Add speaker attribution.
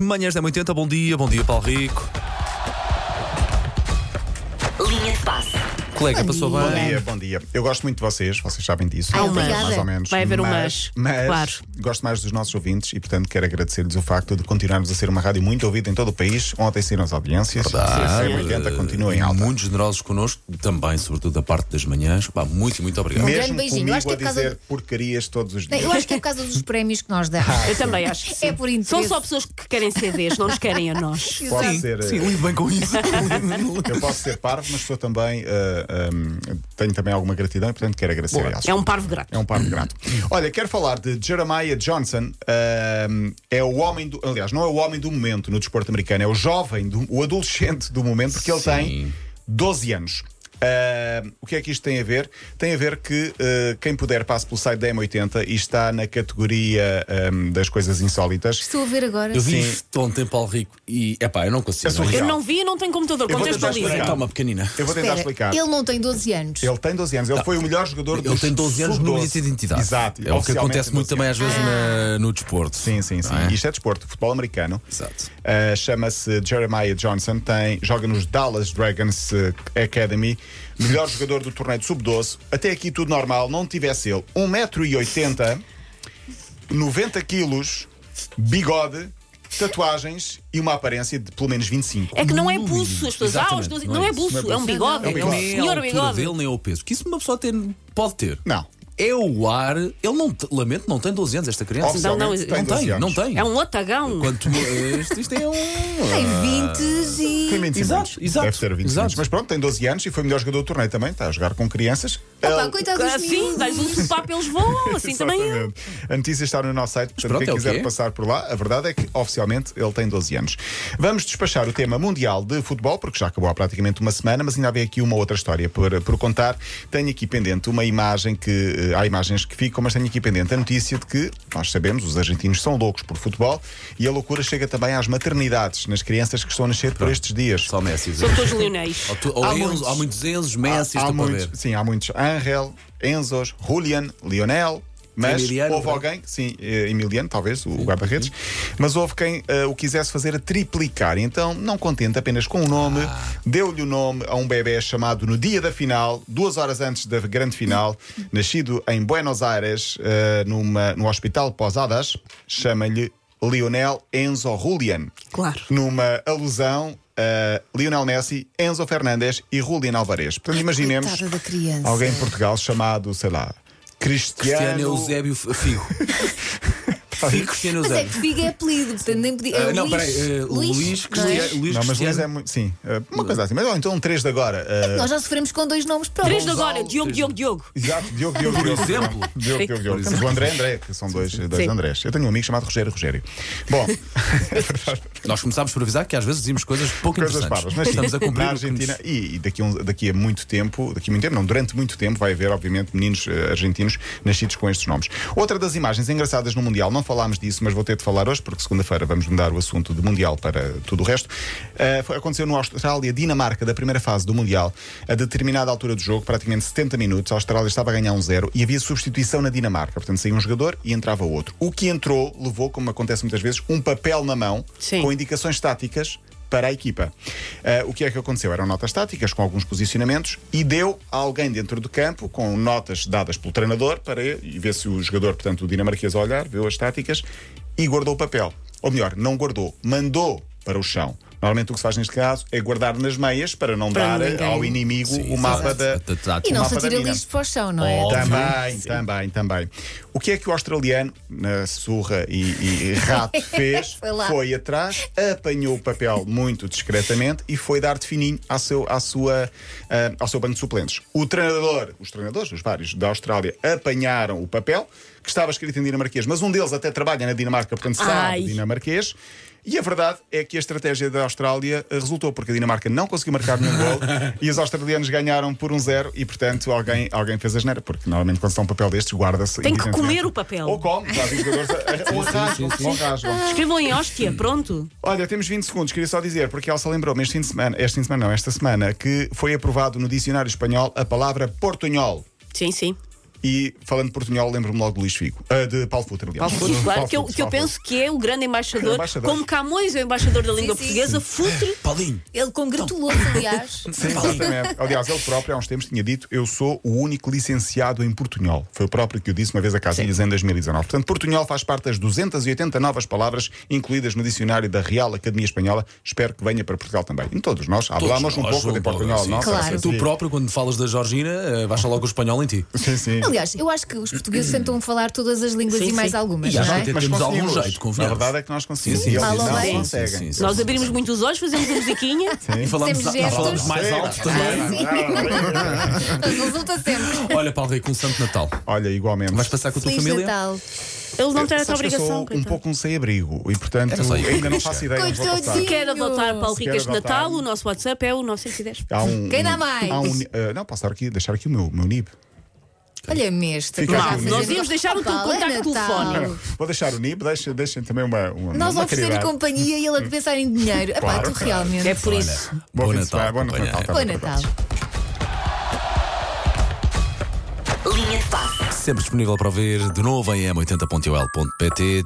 Speaker 1: Manhãs da 80, bom dia, bom dia Paulo Rico.
Speaker 2: Linha de passe.
Speaker 1: Colega,
Speaker 3: Bom
Speaker 1: passou
Speaker 3: dia.
Speaker 1: bem.
Speaker 4: Bom dia, bom dia. Eu gosto muito de vocês, vocês sabem disso.
Speaker 3: Ah,
Speaker 4: Eu tenho
Speaker 3: obrigada.
Speaker 4: mais ou menos.
Speaker 5: Vai haver um
Speaker 4: mas,
Speaker 5: mas, claro.
Speaker 4: gosto mais dos nossos ouvintes e, portanto, quero agradecer-lhes o facto de continuarmos a ser uma rádio muito ouvida em todo o país. Ontem saíram as audiências.
Speaker 1: Ah,
Speaker 4: 80 continua é em
Speaker 1: eh,
Speaker 4: alta.
Speaker 1: Muito generosos connosco, também, sobretudo da parte das manhãs. Pá, muito, muito obrigado.
Speaker 3: Me- grande
Speaker 4: Mesmo
Speaker 3: beijinho. Eu
Speaker 4: comigo
Speaker 3: acho que é
Speaker 4: a
Speaker 3: por causa
Speaker 4: dizer porcarias todos os
Speaker 3: Não,
Speaker 4: dias.
Speaker 3: Eu acho que é por causa dos prémios que nós
Speaker 1: Ah,
Speaker 3: damos.
Speaker 5: Eu também acho que sim.
Speaker 3: É por interesse.
Speaker 5: São só pessoas que querem CDs, não nos querem a nós.
Speaker 3: Exato.
Speaker 4: Pode ser.
Speaker 1: Sim, lido bem com isso.
Speaker 4: Eu posso ser parvo, mas sou também. ah, ah, tenho também alguma gratidão e, portanto, quero agradecer a eles.
Speaker 5: É um parvo grato.
Speaker 4: É um par de grato. Olha, quero falar de Jeremiah Johnson. Ahm, é o homem do. Aliás, não é o homem do momento no desporto americano, é o jovem, do- o adolescente do momento, porque ele
Speaker 1: Sim.
Speaker 4: tem 12 anos. Ahm, o que é que isto tem a ver? Tem a ver que ah, quem puder passe pelo site da M80 e está na categoria ahm, das coisas insólitas.
Speaker 3: Estou a ver agora.
Speaker 1: Eu vi
Speaker 4: Sim.
Speaker 1: isto ontem, Paulo Rico, e é pá, eu não consigo.
Speaker 4: É surreal.
Speaker 5: Eu não vi e não tenho computador,
Speaker 4: Eu vou tentar
Speaker 5: contextualiza.
Speaker 4: explicar.
Speaker 1: Toma, pequenina.
Speaker 4: Eu vou tentar
Speaker 3: Espera,
Speaker 4: explicar.
Speaker 3: Ele não tem 12 anos.
Speaker 4: Ele tem 12 anos, ele foi o melhor jogador
Speaker 1: Tá. Ele tem 12 anos, não existe identidade.
Speaker 4: Exato.
Speaker 1: É o que
Speaker 4: oficialmente
Speaker 1: acontece
Speaker 4: tem
Speaker 1: muito
Speaker 4: 12
Speaker 1: também
Speaker 4: anos.
Speaker 1: às vezes na- no desporto.
Speaker 4: Sim, sim, sim.
Speaker 1: Não é?
Speaker 4: Isto é desporto, futebol americano.
Speaker 1: Exato.
Speaker 4: Uh, Chama-se Jeremiah Johnson, tem, joga nos Dallas Dragons uh, Academy, melhor jogador do torneio de sub-12. Até aqui tudo normal, não tivesse ele 1,80m, 90 quilos, bigode, tatuagens e uma aparência de pelo menos 25.
Speaker 5: É que não é pulso, as pessoas. Ah, os
Speaker 1: Exatamente,
Speaker 5: 12.
Speaker 1: não é
Speaker 5: Não é
Speaker 1: isso, não é
Speaker 5: pulso, é um
Speaker 1: pulso.
Speaker 5: bigode.
Speaker 4: É um bigode.
Speaker 1: Nem a
Speaker 5: Senhor
Speaker 1: altura
Speaker 5: bigode.
Speaker 1: dele, nem é o peso. Que isso uma pessoa tem- pode ter.
Speaker 4: Não.
Speaker 1: É o ar. Ele não, te- lamento, não tem 12 anos, esta criança.
Speaker 5: Não, não,
Speaker 4: Oficialmente
Speaker 5: não
Speaker 4: tem 12
Speaker 1: tem, não
Speaker 4: anos.
Speaker 1: tem.
Speaker 5: É um otagão.
Speaker 1: Quanto este, isto é um.
Speaker 3: Tem 20 e.
Speaker 4: Tem 25
Speaker 1: Exato,
Speaker 4: anos.
Speaker 1: exato,
Speaker 4: Deve ter 25
Speaker 1: exato.
Speaker 4: anos. Mas pronto, tem 12 anos e foi o melhor jogador do torneio também. Está a jogar com crianças.
Speaker 1: Ah.
Speaker 3: Opa,
Speaker 4: Ele-
Speaker 3: coitado dos
Speaker 5: Assim,
Speaker 3: miúdos.
Speaker 5: dás um sopapo, eles voão. Assim também eu.
Speaker 4: Exatamente. A notícia está no nosso site, portanto,
Speaker 1: pronto, é
Speaker 4: quem
Speaker 1: o
Speaker 4: quiser
Speaker 1: quê?
Speaker 4: passar por lá, a verdade é que oficialmente ele tem 12 anos. Vamos despachar o tema mundial de futebol, porque já acabou há praticamente uma semana, mas ainda havia aqui uma outra história por, por contar. Tenho aqui pendente uma imagem que. eh, Há imagens que ficam, mas tenho aqui pendente a notícia de que nós sabemos, os argentinos são loucos por futebol e a loucura chega também às maternidades, nas crianças que estão a nascer por estes dias.
Speaker 1: Só Messi.
Speaker 5: São todos leonéis.
Speaker 1: Ou, tu, ou
Speaker 4: Há
Speaker 1: Enzo,
Speaker 4: muitos.
Speaker 1: há muitos Enzos, Messi,
Speaker 4: há,
Speaker 1: estou
Speaker 4: há
Speaker 1: para
Speaker 4: muitos,
Speaker 1: ver.
Speaker 4: Sim, há muitos. Angel, Enzos, Julian, Lionel. Mas
Speaker 1: Emiliano,
Speaker 4: houve
Speaker 1: não é?
Speaker 4: alguém, sim, eh, Emiliano, talvez, o guarda-redes, mas houve quem eh, o quisesse fazer a triplicar. Então, não contente apenas com o nome,
Speaker 1: Ah.
Speaker 4: deu-lhe o nome a um bebê chamado no dia da final, duas horas antes da grande final, nascido em Buenos Aires, eh, numa, no Hospital Posadas, chama-lhe Lionel Enzo Julian
Speaker 5: Claro.
Speaker 4: numa alusão a Lionel Messi, Enzo Fernandes e Julian Alvarez. Portanto, imaginemos
Speaker 3: coitada da criança.
Speaker 4: alguém em Portugal chamado, sei lá,
Speaker 1: Cristiano
Speaker 4: Cristiano.
Speaker 1: Eusébio F- Figo. Figo Cristiano
Speaker 3: Mas é que
Speaker 1: Eusébio.
Speaker 3: Figa é apelido, portanto nem podia. É
Speaker 1: Ah, não,
Speaker 3: Luís,
Speaker 1: peraí, eh,
Speaker 3: Luís,
Speaker 1: Luís
Speaker 3: não é?
Speaker 1: Cristiano. Luís
Speaker 4: não, mas Luís é
Speaker 1: Cristiano.
Speaker 4: muito. Sim, eh, uma coisa assim. Mas ou então um 3 de agora. eh,
Speaker 3: Nós já sofremos com dois nomes
Speaker 5: Três
Speaker 3: próprios.
Speaker 5: de agora, Diogo, Diogo, Diogo.
Speaker 4: Exato, Diogo, Diogo, Diogo.
Speaker 1: exemplo.
Speaker 4: Diogo, Diogo, Diogo.
Speaker 1: Por
Speaker 4: Temos o André André, que são dois, dois
Speaker 5: Sim.
Speaker 4: Andrés. Eu tenho um amigo chamado Rogério Rogério. Bom,
Speaker 1: Nós começámos por avisar que às vezes dizíamos coisas pouco
Speaker 4: coisas
Speaker 1: interessantes.
Speaker 4: parvas. Mas sim,
Speaker 1: Estamos a cumprir
Speaker 4: na
Speaker 1: o que nos-
Speaker 4: Argentina e, e daqui, a um- daqui a muito tempo, daqui a muito tempo, não, durante muito tempo, vai haver, obviamente, meninos eh, argentinos nascidos com estes nomes. Outra das imagens engraçadas no Mundial, não falámos disso, mas vou ter de falar hoje, porque segunda-feira vamos mudar o assunto de Mundial para tudo o resto. Eh, foi- aconteceu no Austrália, Dinamarca, da primeira fase do Mundial, a determinada altura do jogo, praticamente 70 minutos, a Austrália estava a ganhar um zero e havia substituição na Dinamarca. Portanto, saía um jogador e entrava outro. O que entrou levou, como acontece muitas vezes, um papel na mão
Speaker 5: Sim.
Speaker 4: com indicações táticas para a equipa. Ah, o que é que aconteceu? Eram notas táticas com alguns posicionamentos e deu a alguém dentro do campo com notas dadas pelo treinador para e ver se o jogador, portanto, o dinamarquês a olhar, viu as táticas e guardou o papel. Ou melhor, não guardou, mandou para o chão. Normalmente o que se faz neste caso é guardar nas meias para não
Speaker 5: Para
Speaker 4: dar
Speaker 5: ninguém.
Speaker 4: ao inimigo
Speaker 1: Sim,
Speaker 4: o mapa
Speaker 1: exato.
Speaker 4: da.
Speaker 1: Tá- tá- tá-
Speaker 3: E não
Speaker 4: Mapa
Speaker 3: se
Speaker 4: da
Speaker 3: atira
Speaker 4: mina.
Speaker 3: lixo para o chão, não é?
Speaker 1: Oh.
Speaker 4: Também, também, também. O que é que o australiano, na surra e, e rato, fez?
Speaker 3: Foi lá.
Speaker 4: atrás, apanhou o papel muito discretamente e foi dar de fininho ao seu, à sua, ah, ao seu banco de suplentes. O treinador, os treinadores, os vários da Austrália, apanharam o papel, que estava escrito em dinamarquês, mas um deles até trabalha na Dinamarca, portanto sabe
Speaker 5: Ai.
Speaker 4: dinamarquês. E a verdade é que a estratégia da Austrália eh, resultou, porque a Dinamarca não conseguiu marcar nenhum gol e os australianos ganharam por um zero e, portanto, alguém, alguém fez a geneira, porque normalmente quando se dá um papel destes, guarda-se.
Speaker 5: Tem que
Speaker 4: evidentemente.
Speaker 5: comer o papel.
Speaker 4: é Ou come, já vi jogadores a- a- ou rasgam, ou rasgam.
Speaker 5: Escrevam em hóstia, pronto.
Speaker 4: Olha, temos 20 segundos, queria só dizer, porque a Elsa lembrou-me este fim de semana, este fim de semana não, esta semana, que foi aprovado no dicionário espanhol a palavra portunhol.
Speaker 5: Sim, sim.
Speaker 4: E falando de portunhol, lembro-me logo de Luís Figo. Ah, de Paulo Futre, aliás.
Speaker 5: Paulo Futre, claro, que eu,
Speaker 4: Futre,
Speaker 5: que eu
Speaker 4: Paulo
Speaker 5: penso que é o grande embaixador,
Speaker 4: Embaixador.
Speaker 5: como Camões é o embaixador da língua
Speaker 3: sim.
Speaker 5: portuguesa, Futre.
Speaker 1: Paulinho!
Speaker 3: Ele congratulou-se, aliás.
Speaker 4: Sim, exatamente. Aliás, ele próprio há uns tempos tinha dito: Eu sou o único licenciado em Portunhol. Foi o próprio que o disse uma vez a Casilhas em 2019. Portanto, Portunhol faz parte das 280 novas palavras incluídas no dicionário da Real Academia Espanhola. Espero que venha para Portugal também. Em todos nós, hablamos um
Speaker 1: nós,
Speaker 4: pouco de
Speaker 1: João Paulo,
Speaker 4: Portunhol.
Speaker 1: sim.
Speaker 4: não?
Speaker 3: Claro.
Speaker 4: Sim,
Speaker 1: Tu
Speaker 4: sim.
Speaker 1: próprio, quando falas da Georgina, eh, baixa logo o espanhol em ti.
Speaker 4: Sim, sim.
Speaker 3: Aliás, eu acho que os portugueses tentam falar todas as línguas
Speaker 5: Sim,
Speaker 3: e mais
Speaker 5: sim.
Speaker 3: algumas,
Speaker 1: E
Speaker 3: não
Speaker 1: acho
Speaker 3: é?
Speaker 1: que até temos algum
Speaker 4: conseguimos.
Speaker 1: jeito, confiamos.
Speaker 4: A verdade é que nós conseguimos.
Speaker 1: Sim, sim,
Speaker 4: e eles
Speaker 3: sim,
Speaker 4: não
Speaker 3: sim,
Speaker 4: conseguem.
Speaker 1: sim, sim, sim.
Speaker 5: Nós abrimos muito os olhos, fazemos a musiquinha.
Speaker 1: E falamos,
Speaker 3: Temos
Speaker 1: nós
Speaker 3: gestos.
Speaker 1: falamos mais alto também.
Speaker 3: Resulta sempre.
Speaker 1: Olha, Paulo Rico, um santo Natal.
Speaker 4: Olha, igualmente.
Speaker 1: Vais passar com a tua
Speaker 3: Feliz
Speaker 1: família?
Speaker 3: Natal.
Speaker 5: Ele não tem essa
Speaker 4: Sabes que eu
Speaker 5: obrigação.
Speaker 4: sou um
Speaker 5: coitado.
Speaker 4: pouco um sem-abrigo e, portanto,
Speaker 1: Era só isso.
Speaker 4: ainda não faço ideia. onde vou passar.
Speaker 3: Coitadinho.
Speaker 5: Quer adotar Paulo
Speaker 3: Se
Speaker 5: Rico
Speaker 4: quer
Speaker 5: este
Speaker 4: adotar.
Speaker 5: Natal, o nosso WhatsApp é o 910.
Speaker 4: Há um-
Speaker 3: Quem dá
Speaker 4: um-
Speaker 3: mais?
Speaker 4: há um- eh, não, passar aqui, deixar aqui o meu, meu NIB.
Speaker 3: Olha-me este.
Speaker 4: Fica
Speaker 3: Pá,
Speaker 4: aqui.
Speaker 3: mas
Speaker 4: Nós
Speaker 3: eu-
Speaker 5: íamos deixar o teu
Speaker 3: Opa,
Speaker 5: contacto
Speaker 3: é Natal.
Speaker 5: telefónico.
Speaker 4: Vou deixar o NIB, deixa- deixem também uma. uma
Speaker 3: Nós
Speaker 4: uma
Speaker 3: a oferecer
Speaker 4: caridade.
Speaker 3: companhia e ele a pensar em dinheiro. Epá,
Speaker 4: Hum. Claro, Tá
Speaker 3: tu realmente.
Speaker 5: É por isso.
Speaker 4: Bom
Speaker 1: Bom
Speaker 4: fim de semana,
Speaker 1: Natal,
Speaker 4: bom Natal,
Speaker 1: companheiro.
Speaker 3: Bom Natal.
Speaker 2: Linha de passe.
Speaker 1: Sempre disponível para ver de novo em m80.ol.pt.